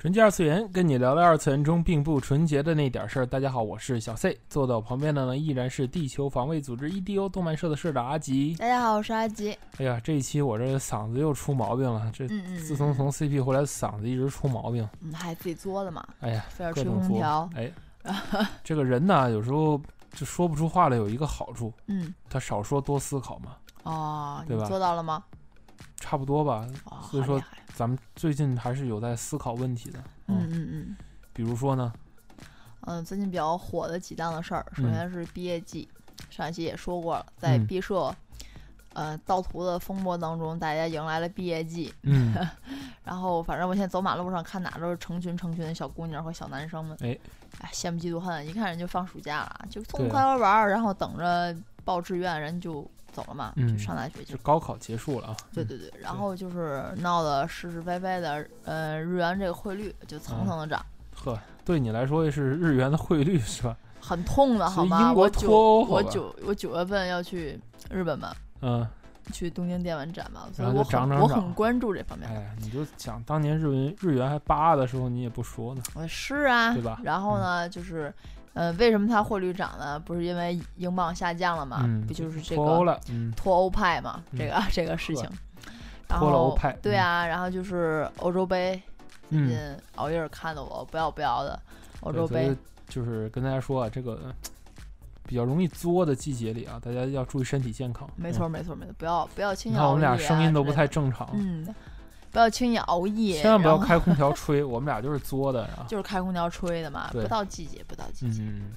纯洁二次元，跟你聊聊二次元中并不纯洁的那点事儿。大家好，我是小 C，坐在我旁边的呢依然是地球防卫组织 EDO 动漫社的社长阿吉。大家好，我是阿吉。哎呀，这一期我这嗓子又出毛病了，这嗯嗯，自从从 CP 回来，嗓子一直出毛病。嗯还自己作的嘛，哎呀，非要各吹种空调作。。哎，这个人呢，有时候就说不出话来，有一个好处，嗯，他少说多思考嘛，哦，你对吧做到了吗？差不多吧。哦，所以好说厉害。咱们最近还是有在思考问题的。啊嗯嗯嗯比如说呢，嗯，最近比较火的几档的事儿，首先是毕业季，上一期也说过了，在嗯毕设。呃，盗图的风波当中，大家迎来了毕业季。嗯， 然后，反正我现在走马路上看哪都是成群成群的小姑娘和小男生们，哎，哎，羡慕嫉妒恨，一看人就放暑假了，就痛痛对快快玩儿，然后等着报志愿，人就走了嘛，嗯就上大学去这。高考结束了啊。对对对，然后就是闹得是是非非的，呃，日元这个汇率就啊蹭蹭的涨，嗯呵，对你来说也是日元的汇率是吧？很痛啊的，好所以吗？英国我脱九欧好我吧九我九月份要去日本嘛，嗯，去东京电玩展嘛，所以然后我就涨很涨我涨很关注这方面。哎，你就想当年日文日元还八的时候，你也不说呢。我说是啊对吧，嗯然后呢，就是，呃，为什么它汇率涨呢？不是因为英镑下降了嘛？嗯，不就是这脱欧个了？嗯，脱欧派嘛？这个这个事呵情。然脱了欧后派对嗯啊，然后就是欧洲杯，最嗯近熬夜看的我不要不要的，欧对洲所以杯就是跟大家说啊，这个比较容易作的季节里啊，大家要注意身体健康。没错嗯儿，没错儿，没错儿，不要不要轻你易看我熬们夜、啊。俩声音都不太之正常，啊类的嗯，不要轻易熬夜，千万不要然后开空调吹，我们俩就是作的啊。就是开空调吹的嘛，对不到季节，不到季节。嗯，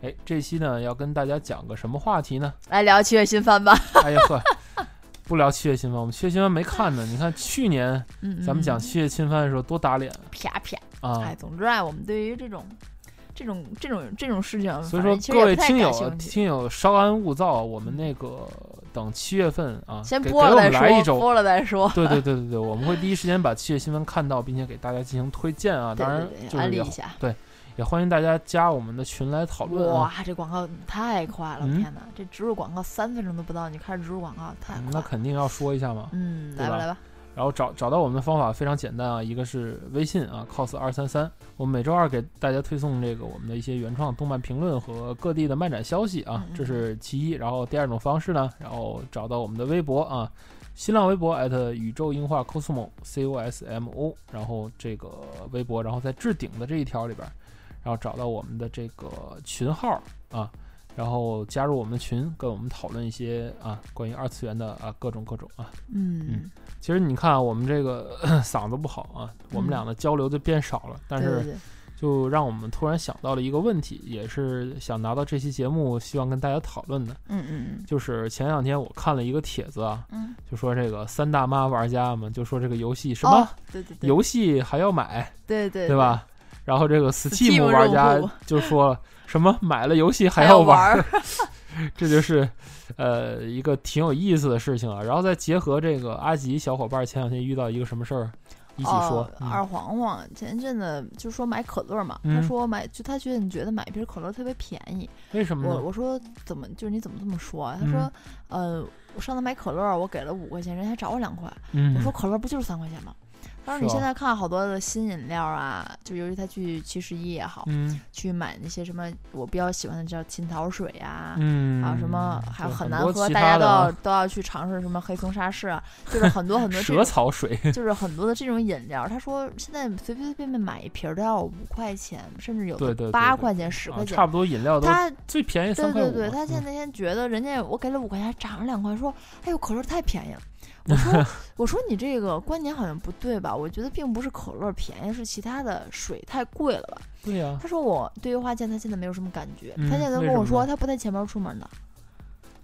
哎，这期呢要跟大家讲个什么话题呢？ 来聊七月新番吧，哎呀呵，不聊七月新番，我们七月新番没看呢。你看去年嗯，咱们嗯讲七月新番的时候多打脸啪啪，啊！哎，总之啊，我们对于这种。这种这种这种事情，所反正以说其实各也位不太听友感啊兴趣听友稍安勿躁啊，我们那个等七月份啊，先给播给了我再们来一说，周。播 了再说。对对对对对，我们会第一时间把七月新闻看到，并且给大家进行推荐啊。对 当然对就对，是安利也一下。也欢迎大家加我们的群来讨论啊。哇，这广告太快了！嗯天哪，这植入广告三分钟都不到，你开始植入广告，太快嗯那了。肯定要说一下嘛。嗯，对来吧吧来吧，然后找找到我们的方法非常简单啊，一个是微信啊，cos 二三三，我们每周二给大家推送这个我们的一些原创动漫评论和各地的漫展消息啊嗯嗯，这是其一。然后第二种方式呢，然后找到我们的微博啊，新浪微博宇宙樱花 cosmo c o s m o，然后这个微博，然后在置顶的这一条里边，然后找到我们的这个群号啊。然后加入我们的群，跟我们讨论一些啊关于二次元的啊各种各种啊嗯嗯，其实你看啊，我们这个 嗓子不好啊，我们俩的交流就变少了，但对嗯对是对，就让我们突然想到了一个问题，也是想拿到这期节目，希望跟大家讨论的，嗯嗯就是前两天我看了一个帖子啊，嗯就说这个三大妈玩家们就说这个游戏什嗯，么、哦，对对对，游戏还要买，对对对？吧？然后这个 Steam Steam 玩家用户 就说了什么买了游戏还还要玩玩儿，儿，这就是，呃，一个挺有意思的事情啊。然后再结合这个阿吉小伙伴前两天遇到一个什么事儿，一起说哦。嗯二黄黄前一阵子就说买可乐嘛，他嗯说买就他觉得你觉得买一瓶可乐特别便宜，为什么我呢？我说怎么就是你怎么这么说啊？他嗯说呃我上次买可乐我给了五块钱，人还找我两块，嗯，我说可乐不就是三块钱吗？他说你是啊现在看好多的新饮料啊，就尤其他去七十一也好，嗯去买那些什么我比较喜欢的叫青桃水啊，嗯，还有什么还有对很很难多喝，其大他家都的啊要都要去尝试什么黑松沙士啊，就是很多很多这蛇种草水，就是很多的这种饮料。他说现在随随便便买一瓶儿都要五块钱，甚至有对的对对八对块钱、十块啊钱。差不多饮料都他最 便宜对三块对五。对，他现嗯在那天觉得人家我给了五块钱，涨了两块，说哎呦可乐太便宜了。 我说我说你这个观点好像不对吧？我觉得并不是可乐便宜，是其他的水太贵了吧？对呀，他说我对于花钱他现在没有什么感觉，嗯他现在都为跟什我么说呢他不带钱包出门的。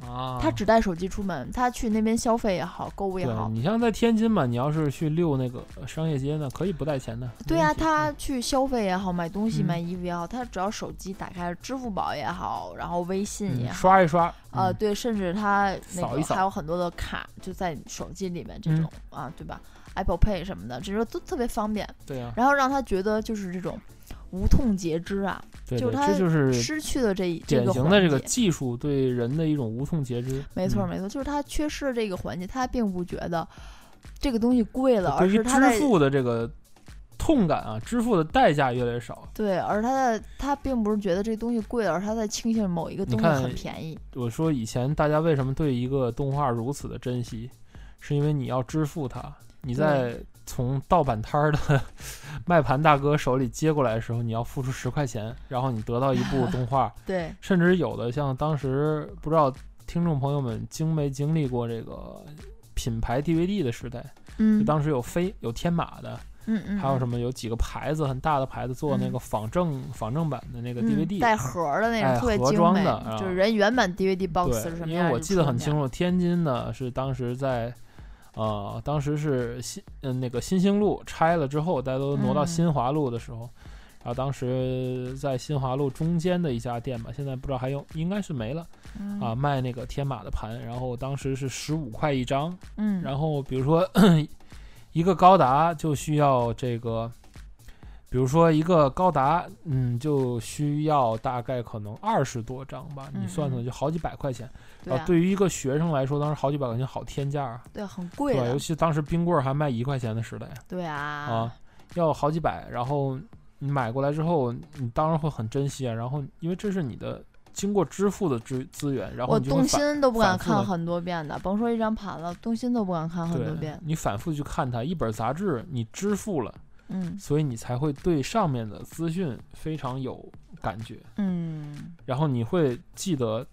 啊，他只带手机出门，他去那边消费也好，购物也对啊好，你像在天津嘛，你要是去溜那个呃商业街呢，可以不带钱的。没对啊，问题他去消费也好，买东西、嗯买衣服也好，他只要手机打开，支付宝也好，然后微信也嗯好，刷一刷，呃，嗯对，甚至它那扫个一扫还有很多的卡就在手机里面，这嗯种、啊，对吧？Apple Pay 什么的，这种都特别方便。对啊，然后让他觉得就是这种无痛截肢啊，对就是对，它这就是失去了这一典个型的这环个节技术对人的一种无痛截肢。没错嗯，没错，就是他缺失了这个环节，他并不觉得这个东西贵了，而对于是他支在付的这个痛感啊，支付的代价越来越少。对，而他在他并不是觉得这东西贵了，而他在庆幸某一个你东西看很便宜。我说以前大家为什么对一个动画如此的珍惜，是因为你要支付它，你在从盗版摊儿的 卖盘大哥手里接过来的时候，你要付出十块钱，然后你得到一部 动画，对，甚至有的像当时不知道听众朋友们经没经历过这个品牌 DVD 的时代，就嗯，当时有飞有天马的，嗯嗯，还有什么么有几个牌子很大的牌子做那个仿正仿正版的那个嗯 DVD，带盒儿的那哎种，特别盒精装美的啊，嗯就是人原版 DVD box 是什对，么因样儿为就我出记得什很么清样儿。楚，天津呢是当时在，呃，当时是新嗯、那个新兴路拆了之后，大家都挪到嗯新华路的时候，然后当时在新华路中间的一家店吧，现在不知道还有，应该是没了嗯啊，卖那个天马的盘，然后当时是十五块一张，嗯，然后比如说一个高达就需要这个，比如说一个高达，嗯，就需要大概可能二十多张吧，嗯你算算嗯就好几百块钱。呃对啊，对于一个学生来说，当时好几百块钱好天价啊，对，很贵对吧？的尤，其当时冰棍儿还卖一块钱的时代对啊啊，，要好几百，然后你买过来之后，你当然会很珍惜啊，然后因为这是你的经过支付的资资源，然后我你就会动反。心都不反敢复看地很多遍的，甭说一张盘了，动心都不敢看很多对遍，。你反复去看它，一本杂志你支付了，嗯所以你才会对上面的资讯非常有感觉，嗯然后你会记得，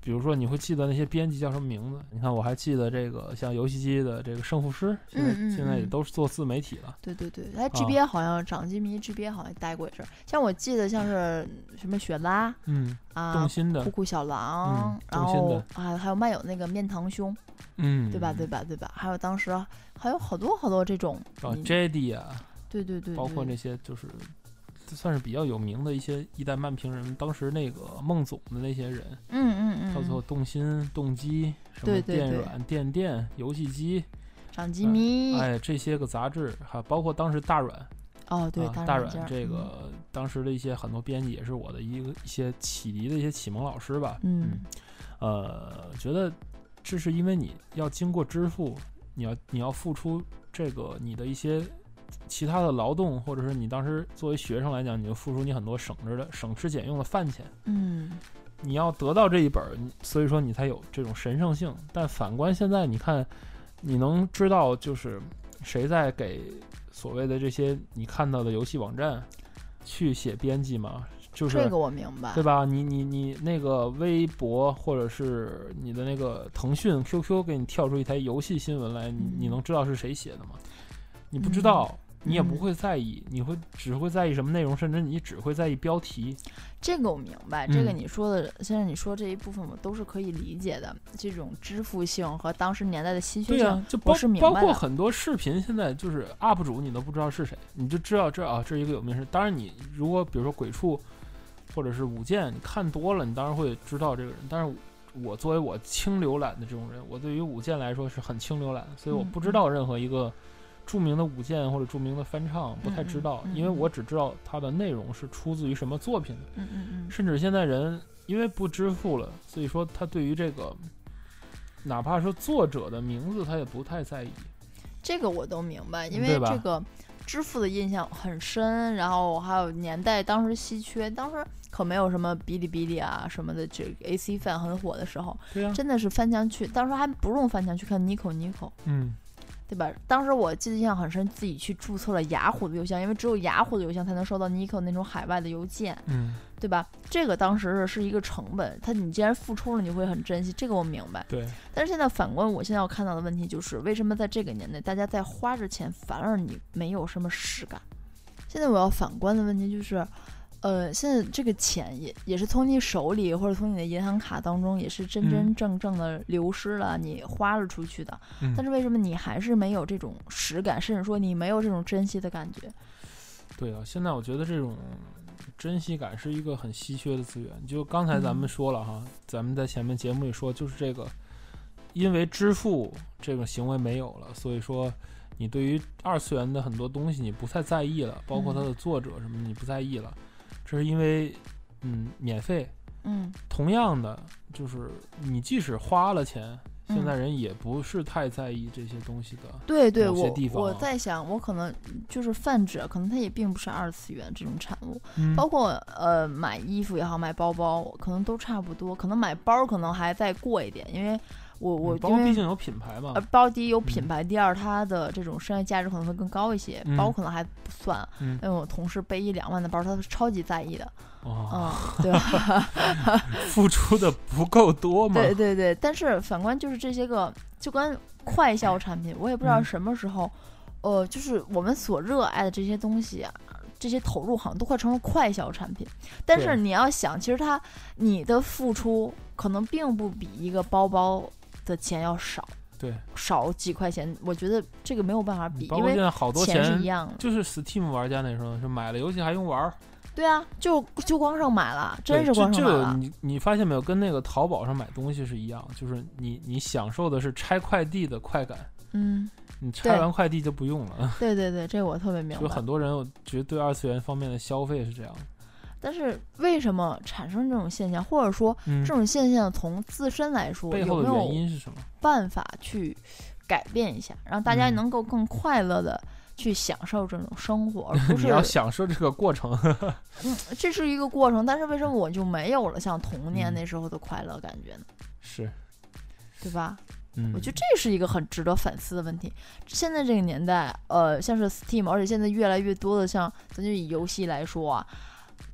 比如说你会记得那些编辑叫什么名字。你看，我还记得这个像游戏机的这个胜负师，现在、嗯嗯现在也嗯都是做自媒体了。对对对，啊哎，GBA 好像掌机迷 GBA 好像待过一阵儿，像我记得像是什么雪拉嗯，动啊。心的酷，酷小狼嗯，然动心后的啊，还有漫友那个面堂兄，嗯，对吧？对吧？对吧？还有当时啊还有好多好多这种，啊你，JD 啊，对对对，包括对那些就是。就算是比较有名的一些一代漫评人，当时那个孟总的那些人，嗯嗯嗯，叫做动心、动机、什么对对电对嗯软、电电、游戏机，掌机迷，哎，这些个杂志，还包括当时大软，哦对，啊、大大软件软儿这，个当时的一些很多编辑也是我的一个一些启迪的一些启蒙老师吧。嗯呃，觉得这是因为你要经过支付，你要你要付出这个你的一些其他的劳动，或者是你当时作为学生来讲，你就付出你很多省着的省吃俭用的饭钱。嗯，你要得到这一本儿，你所以说你才有这种神圣性。但反观现在，你看，你能知道就是谁在给所谓的这些你看到的游戏网站去写编辑吗？就是、这个我明白对，吧？你你你那个微博或者是你的那个腾讯、QQ 给你跳出一台游戏新闻来，你你嗯能知道是谁写的吗？你不知嗯道，你也不嗯会在意，你会只会在意什么内容，甚至你只会在意标题。这个我明白，这个嗯你说的，现在你说这一部分我都是可以理解的，这种支付性和当时年代的稀缺对呀、啊性，就我包是明包白括的很多视频，现在就是 UP 主你都不知道是谁，你就知道这啊，这是一个有名人。当然，你如果比如说鬼畜或者是舞剑，你看多了，你当然会知道这个人。但是我作为我轻浏览的这种人，我对于舞剑来说是很轻浏览，所以我嗯不知道任何一个著名的舞剑或者著名的翻唱，不太知道，嗯嗯嗯因为我只知道它的内容是出自于什么作品。嗯嗯嗯，甚至现在人因为不支付了，所以说他对于这个，哪怕说作者的名字，他也不太在意。这个我都明白，因嗯为对吧这个支付的印象很深，然后还有年代当时稀缺，当时可没有什么哔哩哔哩啊什么的，这个 AC 饭很火的时候，对呀、真的是翻墙去，当时还不用翻墙去看 Nico Nico。嗯，对吧？当时我记得印象很深，自己去注册了雅虎的邮箱，因为只有雅虎的邮箱才能收到 Nico 那种海外的邮件。嗯，对吧？这个当时是一个成本，他你既然付出了，你会很珍惜，这个我明白。对，但是现在反观我现在要看到的问题就是，为什么在这个年代，大家在花着钱，反而你没有什么实感？现在我要反观的问题就是，呃，现在这个钱也也是从你手里或者从你的银行卡当中，也是真嗯真正正的流失了，你花了出去的。嗯但是为什么你还是没有这种实感，甚至说你没有这种珍惜的感觉？对啊，现在我觉得这种珍惜感是一个很稀缺的资源。就刚才咱们嗯说了哈，咱们在前面节目里说，就是这个，因为支付这种行为没有了，所以说你对于二次元的很多东西你不太在意了，包括它的作者什么你不在意了，这是因为嗯免费。嗯同样的，就是你即使花了钱，现嗯在人也不是太在意这些东西的。对对，某些我地方我啊在想，我可能就是泛指，可能它也并不是二次元这种产物，嗯包括呃买衣服也好，买包包，可能都差不多，可能买包可能还再过一点，因为我我嗯包因括为毕竟有品牌嘛呃，，包第一有嗯品牌，第二它的这种商业价值可能会更高一些，包嗯可能还不算。啊嗯因为我同事背一两万的包，他是超级在意的。哦，嗯， 对吧付出的不够多嘛。对对对。但是反观就是这些个，就跟快消产品，我也不知道嗯什么时候，呃，就是我们所热爱的这些东西啊。这些投入好像都快成了快消产品，但对是你要想，其实它你的付出可能并不比一个包包的钱要少对，少几块钱，我觉得这个没有办法比，包因括为现在好多钱是钱一，样的。就是 Steam 玩家那时候是买了游戏还用玩儿，对啊，就就光剩买了，真对是光啊这剩买这个了。你你发现没有，跟那个淘宝上买东西是一样，就是你你享受的是拆快递的快感，嗯，你拆对完快递就不用了。对对对，这个我特别明有白很。多人我觉得对二次元方面的消费是这样的，但是为什么产生这种现象，或者说嗯这，种现象从自身来说背有后没的原有因是什么？办法去改变一下，让大家嗯能够更快乐的去享受这种生活， 而不你是要享受这个过程， 嗯，这是一个过程。但是为什么我就没有了像童年嗯那时候的快乐感觉呢？是，对吧？嗯，我觉得这是一个很值得反思的问题。现在这个年代，呃，像是 Steam，而且现在越来越多的像，咱就以游戏来说啊，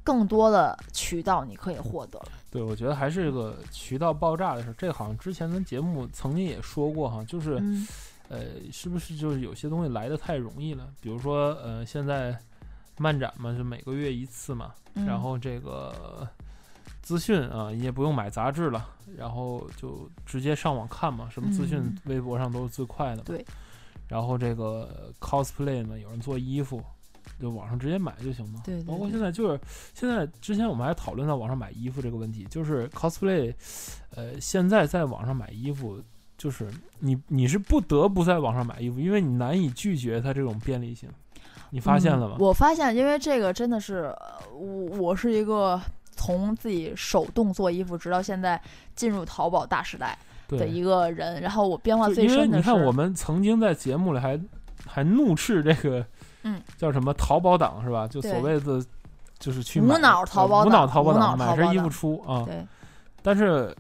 更多的渠道你可以获得了。对，我觉得还是个渠道爆炸的事儿，这好像之前咱节目曾经也说过哈，就是。嗯呃，是不是就是有些东西来的太容易了？比如说，呃，现在漫展嘛，是每个月一次嘛，嗯，然后这个资讯啊，你也不用买杂志了，然后就直接上网看嘛，什么资讯嗯微博上都是最快的嘛。对。然后这个 cosplay 嘛，有人做衣服，就网上直接买就行嘛。对对包括对现在就是现在之前我们还讨论到网上买衣服这个问题，就是 cosplay，呃，现在在网上买衣服。就是你，你是不得不在网上买衣服，因为你难以拒绝它这种便利性。你发现了吗？嗯我发现，因为这个真的是，呃我我是一个从自己手动做衣服，直到现在进入淘宝大时代的对，一个人。然后我变化就最因为深你的是，看，我们曾经在节目里还还怒斥这个，嗯，叫什么淘宝党是吧？就所对谓的就是去无买呃脑淘宝无脑党淘宝无党脑买淘宝身衣服党出啊。对，但是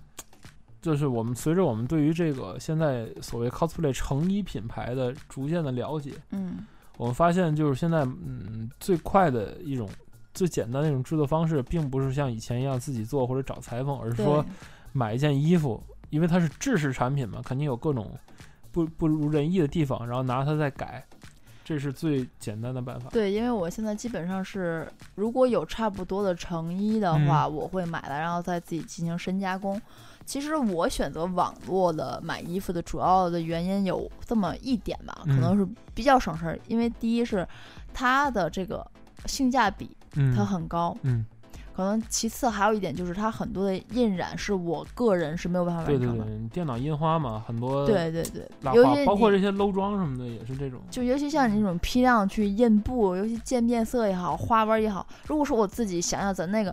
就是我们随着我们对于这个现在所谓 cosplay 成衣品牌的逐渐的了解，嗯我们发现就是现在嗯最快的一种。最简单的一种制作方式，并不是像以前一样自己做或者找裁缝，而是对，说买一件衣服，因为它是制式产品嘛，肯定有各种不不如人意的地方，然后拿它再改，这是最简单的办法。对，因为我现在基本上是，如果有差不多的成衣的嗯话，我会买来，然后再自己进行深加工。其实我选择网络的买衣服的主要的原因有这么一点吧，可嗯能是比较省事儿，因为第一是它的这个性价比嗯，它很高，嗯，可能其次还有一点就是它很多的印染是我个人是没有办法对完对成的，对，你电脑印花嘛，很多对对对蜡尤花，其包括你这些搂装什么的也是这种。就尤其像你这种批量去印布，尤其渐变色也好，花纹也好，如果说我自己想想咱那个，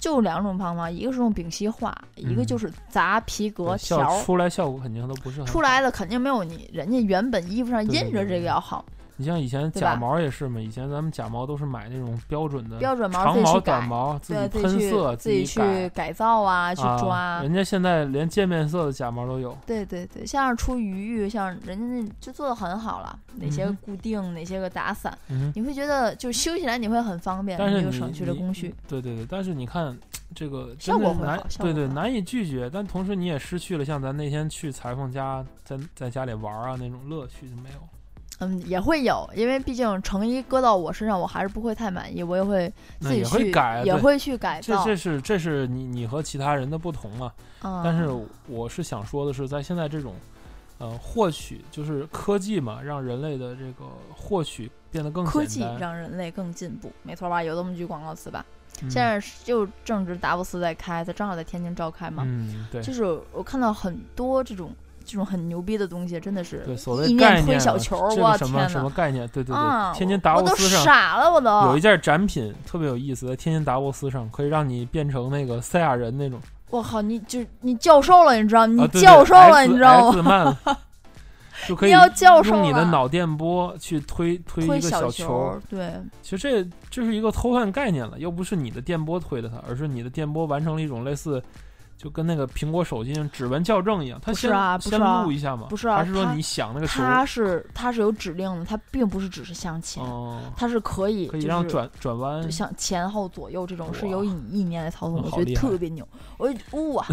就两种方法，一个是用丙烯画，一个嗯就是砸皮革对条效儿，出来效果肯定都不是很出好来。的肯定没有你人家原本衣服上对对印着对这个要好。你像以前对假吧毛也是嘛，以前咱们假毛都是买那种标准的标准毛长自己毛、去改短毛，自己对，喷去色，自己去改改造啊，去啊抓。人家现在连渐变色的假毛都有。对对对，像是出鱼像人家那就做的很好了，哪些嗯哼固定，哪些个打散，嗯哼。你会觉得就修起来你会很方便，但是你就你省去了你工序。对对对，但是你看这个效真果的会难好，效对果会对，好难以拒绝。但同时你也失去了像咱那天去裁缝家在在家里玩儿啊那种乐趣就没有。嗯，也会有，因为毕竟成衣搁到我身上，我还是不会太满意，我也会自那己也会去改啊也对会去改这造。这是这是你你和其他人的不同嘛？嗯，但是我是想说的是，在现在这种，呃，获取就是科技嘛，让人类的这个获取变得更科技简单。让人类更进步，没错吧？有这么句广告词吧？嗯现在是就正值达沃斯在开，它正好在天津召开嘛。嗯，对就是我看到很多这种这种很牛逼的东西，真的是对，所谓一概面推念小嘛球，这我个什天么什么呐！概念？对对对，啊，天津我达我沃都斯上傻了，我都有一件展品特别有意思，在天津达沃斯上可以让你变成那个赛亚人那种，我靠，你就你教授了，你知道吗？啊你对对教授了， X- 你知道吗？ ？X 曼 就可你以要教授用你的了脑电波去推推一推个小球球，儿，对，其实这这是一个偷换概念了，又不是你的电波推的它，而是你的电波完成了一种类似，就跟那个苹果手机上指纹校正一样，它不是先、啊不是先啊录一下嘛，不是啊还是说它你想那个球，它是它是有指令的，它并不是只是向前，哦，它是可以可以就是让转转弯就，像前后左右这种是由哇意意念来操纵，嗯我好觉得厉害特别牛，我啊就哇，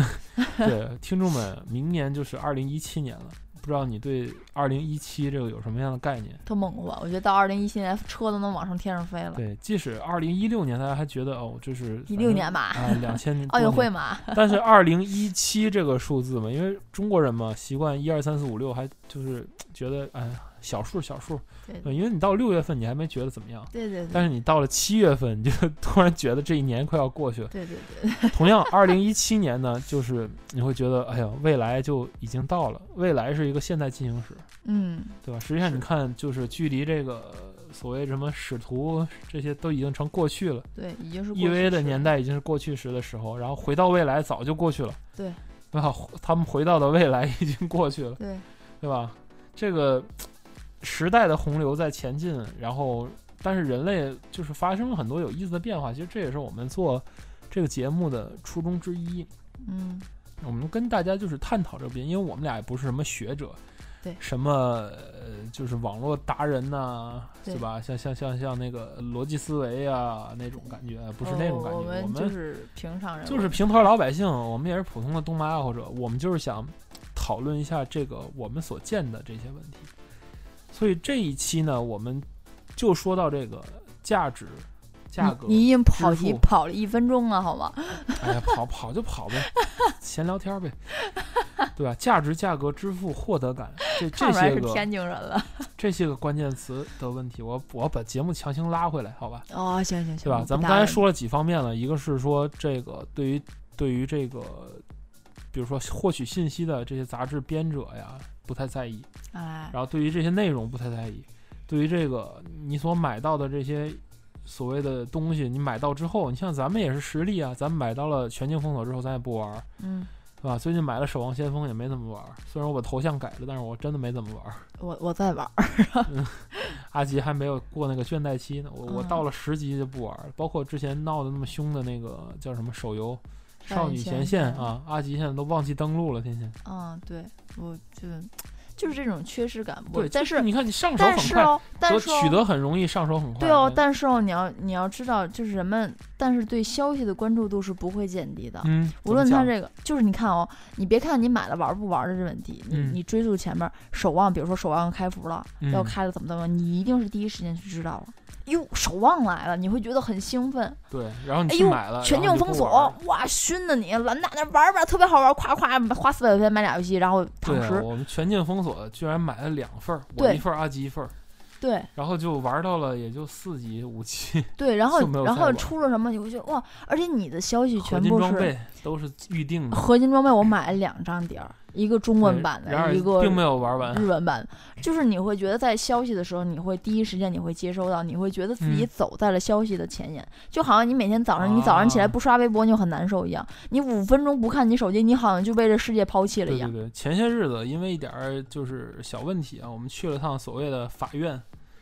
对，听众们，明年就是二零一七年了，不知道你对二零一七这个有什么样的概念？特猛吧！我觉得到二零一七年车都能往上天上飞了，对，即使二零一六年大家还觉得哦，这是一六年吧，啊，两千奥运会 嘛，但是二零一七这个数字嘛，因为中国人嘛习惯一二三四五六，还就是觉得哎呀小数小数，对因为你到六月份你还没觉得怎么样，对对对哎但是你到了七月份，你就突然觉得这一年快要过 去了。对对对，同样，二零一七年呢，就是你会觉得哎呀，未来就已经到了，未来是一个现在进行时，嗯，对吧？实际上你看，就是距离这个所谓什么使徒这些都已经成过去了。对，已经是过 EV 去 E 的式年，代已经是过去时的时候，然后回到未来早就过去了，对，对吧？他们回到的未来已经过去了，对，对吧？这个时代的洪流在前进，然后但是人类就是发生了很多有意思的变化，其实这也是我们做这个节目的初衷之一。嗯，我们跟大家就是探讨这个病，因为我们俩也不是什么学者，对什么呃，就是网络达人呐、对对吧？像像像像那个逻辑思维啊那种感觉，不是那种感觉。哦我我们就是平常人，就是平头老百姓，我们也是普通的动漫爱好者，我们就是想讨论一下这个我们所见的这些问题。所以这一期呢，我们就说到这个价值、价格。你你已经跑支题付跑了一分钟啊了，好吗？哎呀，跑跑就跑呗，闲聊天呗，对吧？价值、价格、支付、获得感，这看这出来些是个天津人了。这些个关键词的问题，我我要把节目强行拉回来，好吧？哦，行行行，对我？吧 不咱们打刚才扰你，说了几方面了，一个是说这个对于对于这个，比如说获取信息的这些杂志编者呀，不太在意；哎，然后对于这些内容不太在意；对于这个你所买到的这些所谓的东西，你买到之后，你像咱们也是实力啊，咱们买到了全境封锁之后，咱也不玩儿，嗯，对吧？最近买了《守望先锋》也没怎么玩儿，虽然我把头像改了，但是我真的没怎么玩儿。我我在玩儿， 阿吉还没有过那个倦怠期呢，我我嗯到了十级就不玩了。包括之前闹得那么凶的那个叫什么手游《少女前线》啊，阿吉现在都忘记登录了，天天。嗯，对，我就就是这种缺失感。我对，但是你看你上手但很是快，哦，但得是哦取得很容易，上手很快。嗯对哦，但是哦，你要你要知道，就是人们，但是对消息的关注度是不会减低的。嗯，无论它怎么这个，就是你看哦，你别看你买了玩不玩的这问题，你、嗯你追溯前面守望，比如说守望开服了，讲要嗯开了怎么怎么，你一定是第一时间就知道了。哟，守望来了，你会觉得很兴奋。对，然后你哎去呦买了，全啊然境后你就封不锁玩，哇，熏的你，蓝大那玩吧，特别好玩，夸夸花四百块钱买俩游戏，然后躺对啊，尸。我们全境封锁居然买了两份儿，我对一份儿，阿吉一份儿，对然后就玩到了也就四级五级，对，然后就没有然再后玩出了什么，你会觉得哇，而且你的消息合全金部装是备嗯都是预定的，合金装备，我买了两张碟儿，一个中文版对然的，而一个并没有玩完。日文版的。就是你会觉得在消息的时候，你会第一时间你会接收到，你会觉得自己嗯走在了消息的前沿，就好像你每天早上你啊早上起来不刷微博你就很难受一样，你五分钟不看你手机，你好像就被这世界抛弃了对一样对。对，前些日子因为一点儿就是小问题啊，我们去了趟所谓的法院，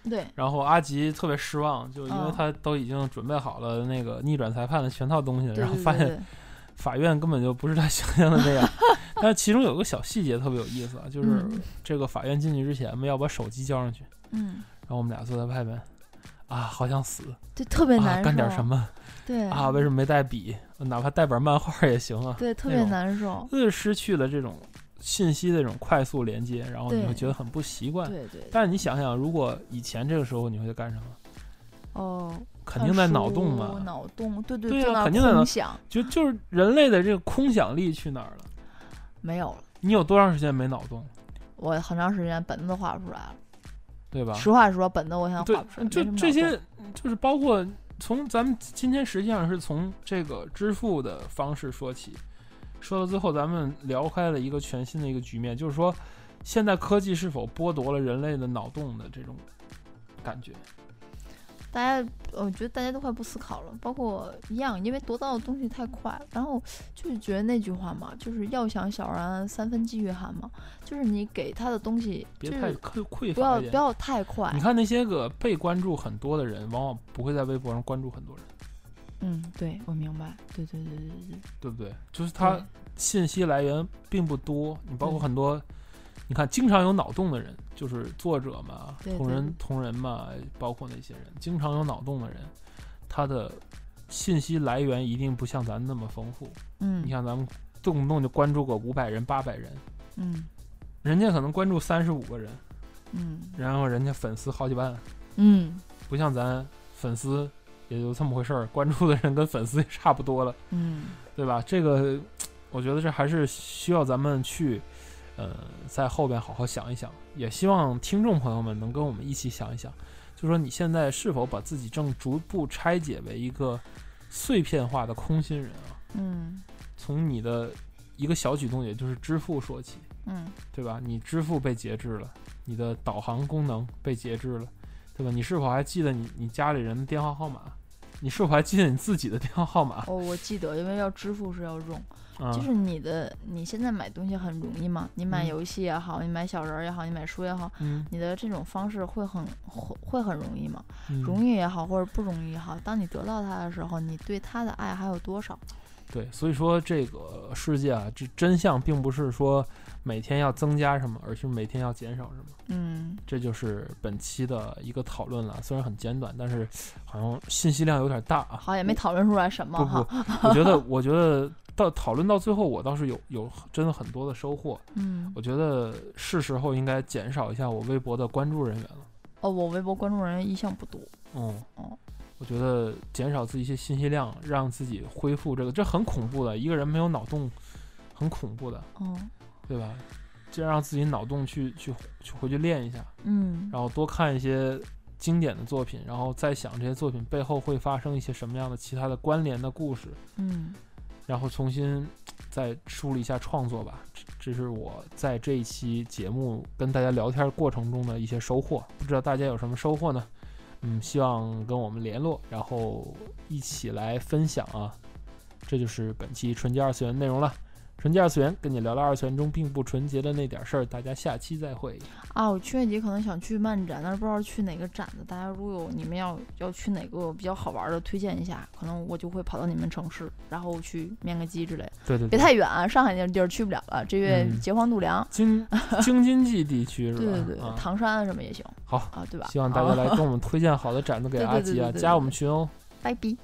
对然后阿吉特别失望，就因为嗯他都已经准备好了那个逆转裁判的全套东西，对然后对发对现对，法院根本就不是他想象的那 样。但是其中有个小细节特别有意思啊，就是嗯这个法院进去之前嘛，要把手机交上去，嗯，然后我们俩坐在外面。啊，好想死对，特别难啊！受。干点什？么对啊？为什么没带笔？哪怕带本漫画也行啊。对，特那别种难受。呃，失去了这种信息的这种快速连接，然后你对会觉得很不习惯。对对，嗯但是你想想，如果以前这个时候你会在干什么？哦，肯定在脑洞看书嘛，脑洞，对对对啊坐那儿肯定在脑空想，就就是人类的这个空想力去哪儿了？没有了。你有多长时间没脑洞，我很长时间本子都画不出来了。对吧？实话实说，本子我想对画不出，来。就没什么这脑些洞，就是包括从咱们今天实际上是从这个支付的方式说起，说到最后，咱们聊开了一个全新的一个局面，就是说，现代科技是否剥夺了人类的脑洞的这种感觉？大家，我觉得大家都快不思考了，包括一样，因为得到的东西太快，然后就是觉得那句话嘛，就是要想小然，三分机遇寒嘛，就是你给他的东西，别就太是匮匮不乏要一不点。要太快你，看那些个被关注很多的人，往往不会在微博上关注很多人，嗯，对我明白，对对对对对对，对不对？就是他对信息来源并不多，你包嗯括很多，你看经常有脑洞的人，就是作者嘛、对同对人对同人嘛，包括那些人，经常有脑洞的人，他的信息来源一定不像咱那么丰富。你嗯像咱们动不动就关注个五百人、八百人，嗯人家可能关注三十五个人，嗯然后人家粉丝好几万，嗯不像咱粉丝也就这么回事儿，关注的人跟粉丝也差不多了。嗯，对吧？这个我觉得这还是需要咱们去，呃，在后边好好想一想。也希望听众朋友们能跟我们一起想一想，就说你现在是否把自己正逐步拆解为一个碎片化的空心人啊？嗯从你的一个小举动，也就是支付说起，嗯对吧？你支付被节制了，你的导航功能被节制了，对吧？你是否还记得你你家里人的电话号码？你是否还记得你自己的电话号码？哦，我记得，因为要支付是要用。啊、就是你的，你现在买东西很容易嘛，你买嗯游戏也好，你买小人儿也好，你买书也好，嗯，你的这种方式会很会会很容易嘛，嗯容易也好，或者不容易也好，当你得到它的时候，你对它的爱还有多少？对，所以说这个世界啊，这真相并不是说每天要增加什么，而是每天要减少什么。嗯，这就是本期的一个讨论了，虽然很简短，但是好像信息量有点大 啊。好，也没讨论出来什么不哈，不，我觉得，我觉得到讨论到最后，我倒是有有真的很多的收获。嗯我，觉得是时候应该减少一下我微博的关注人员了。哦，我微博关注人一向不多，嗯哦，我觉得减少自己一些信息量，让自己恢复这个，这很恐怖的。一个人没有脑洞，很恐怖的。嗯对吧？这样让自己脑洞去去去回去练一下，嗯，然后多看一些经典的作品，然后再想这些作品背后会发生一些什么样的其他的关联的故事，嗯然后重新再梳理一下创作吧。这这是我在这一期节目跟大家聊天过程中的一些收获，不知道大家有什么收获呢？嗯，希望跟我们联络，然后一起来分享啊。这就是本期纯洁二次元内容了。纯洁二次元跟你聊聊二次元中并不纯洁的那点事儿，大家下期再会。啊，我七月底可能想去漫展，但是不知道去哪个展的，大家如果有你们要要去哪个比较好玩的，推荐一下，可能我就会跑到你们城市，然后去面个基之类的。对对别对，太远啊，上海那地儿去不了了。这月嗯结皇度量，京京津冀地区是吧？对对对，啊，唐山啊什么也行好，啊，对吧？希望大家啊，来跟我们推荐好的展子给 对对阿对吉啊，对对加我对们群哦。拜拜。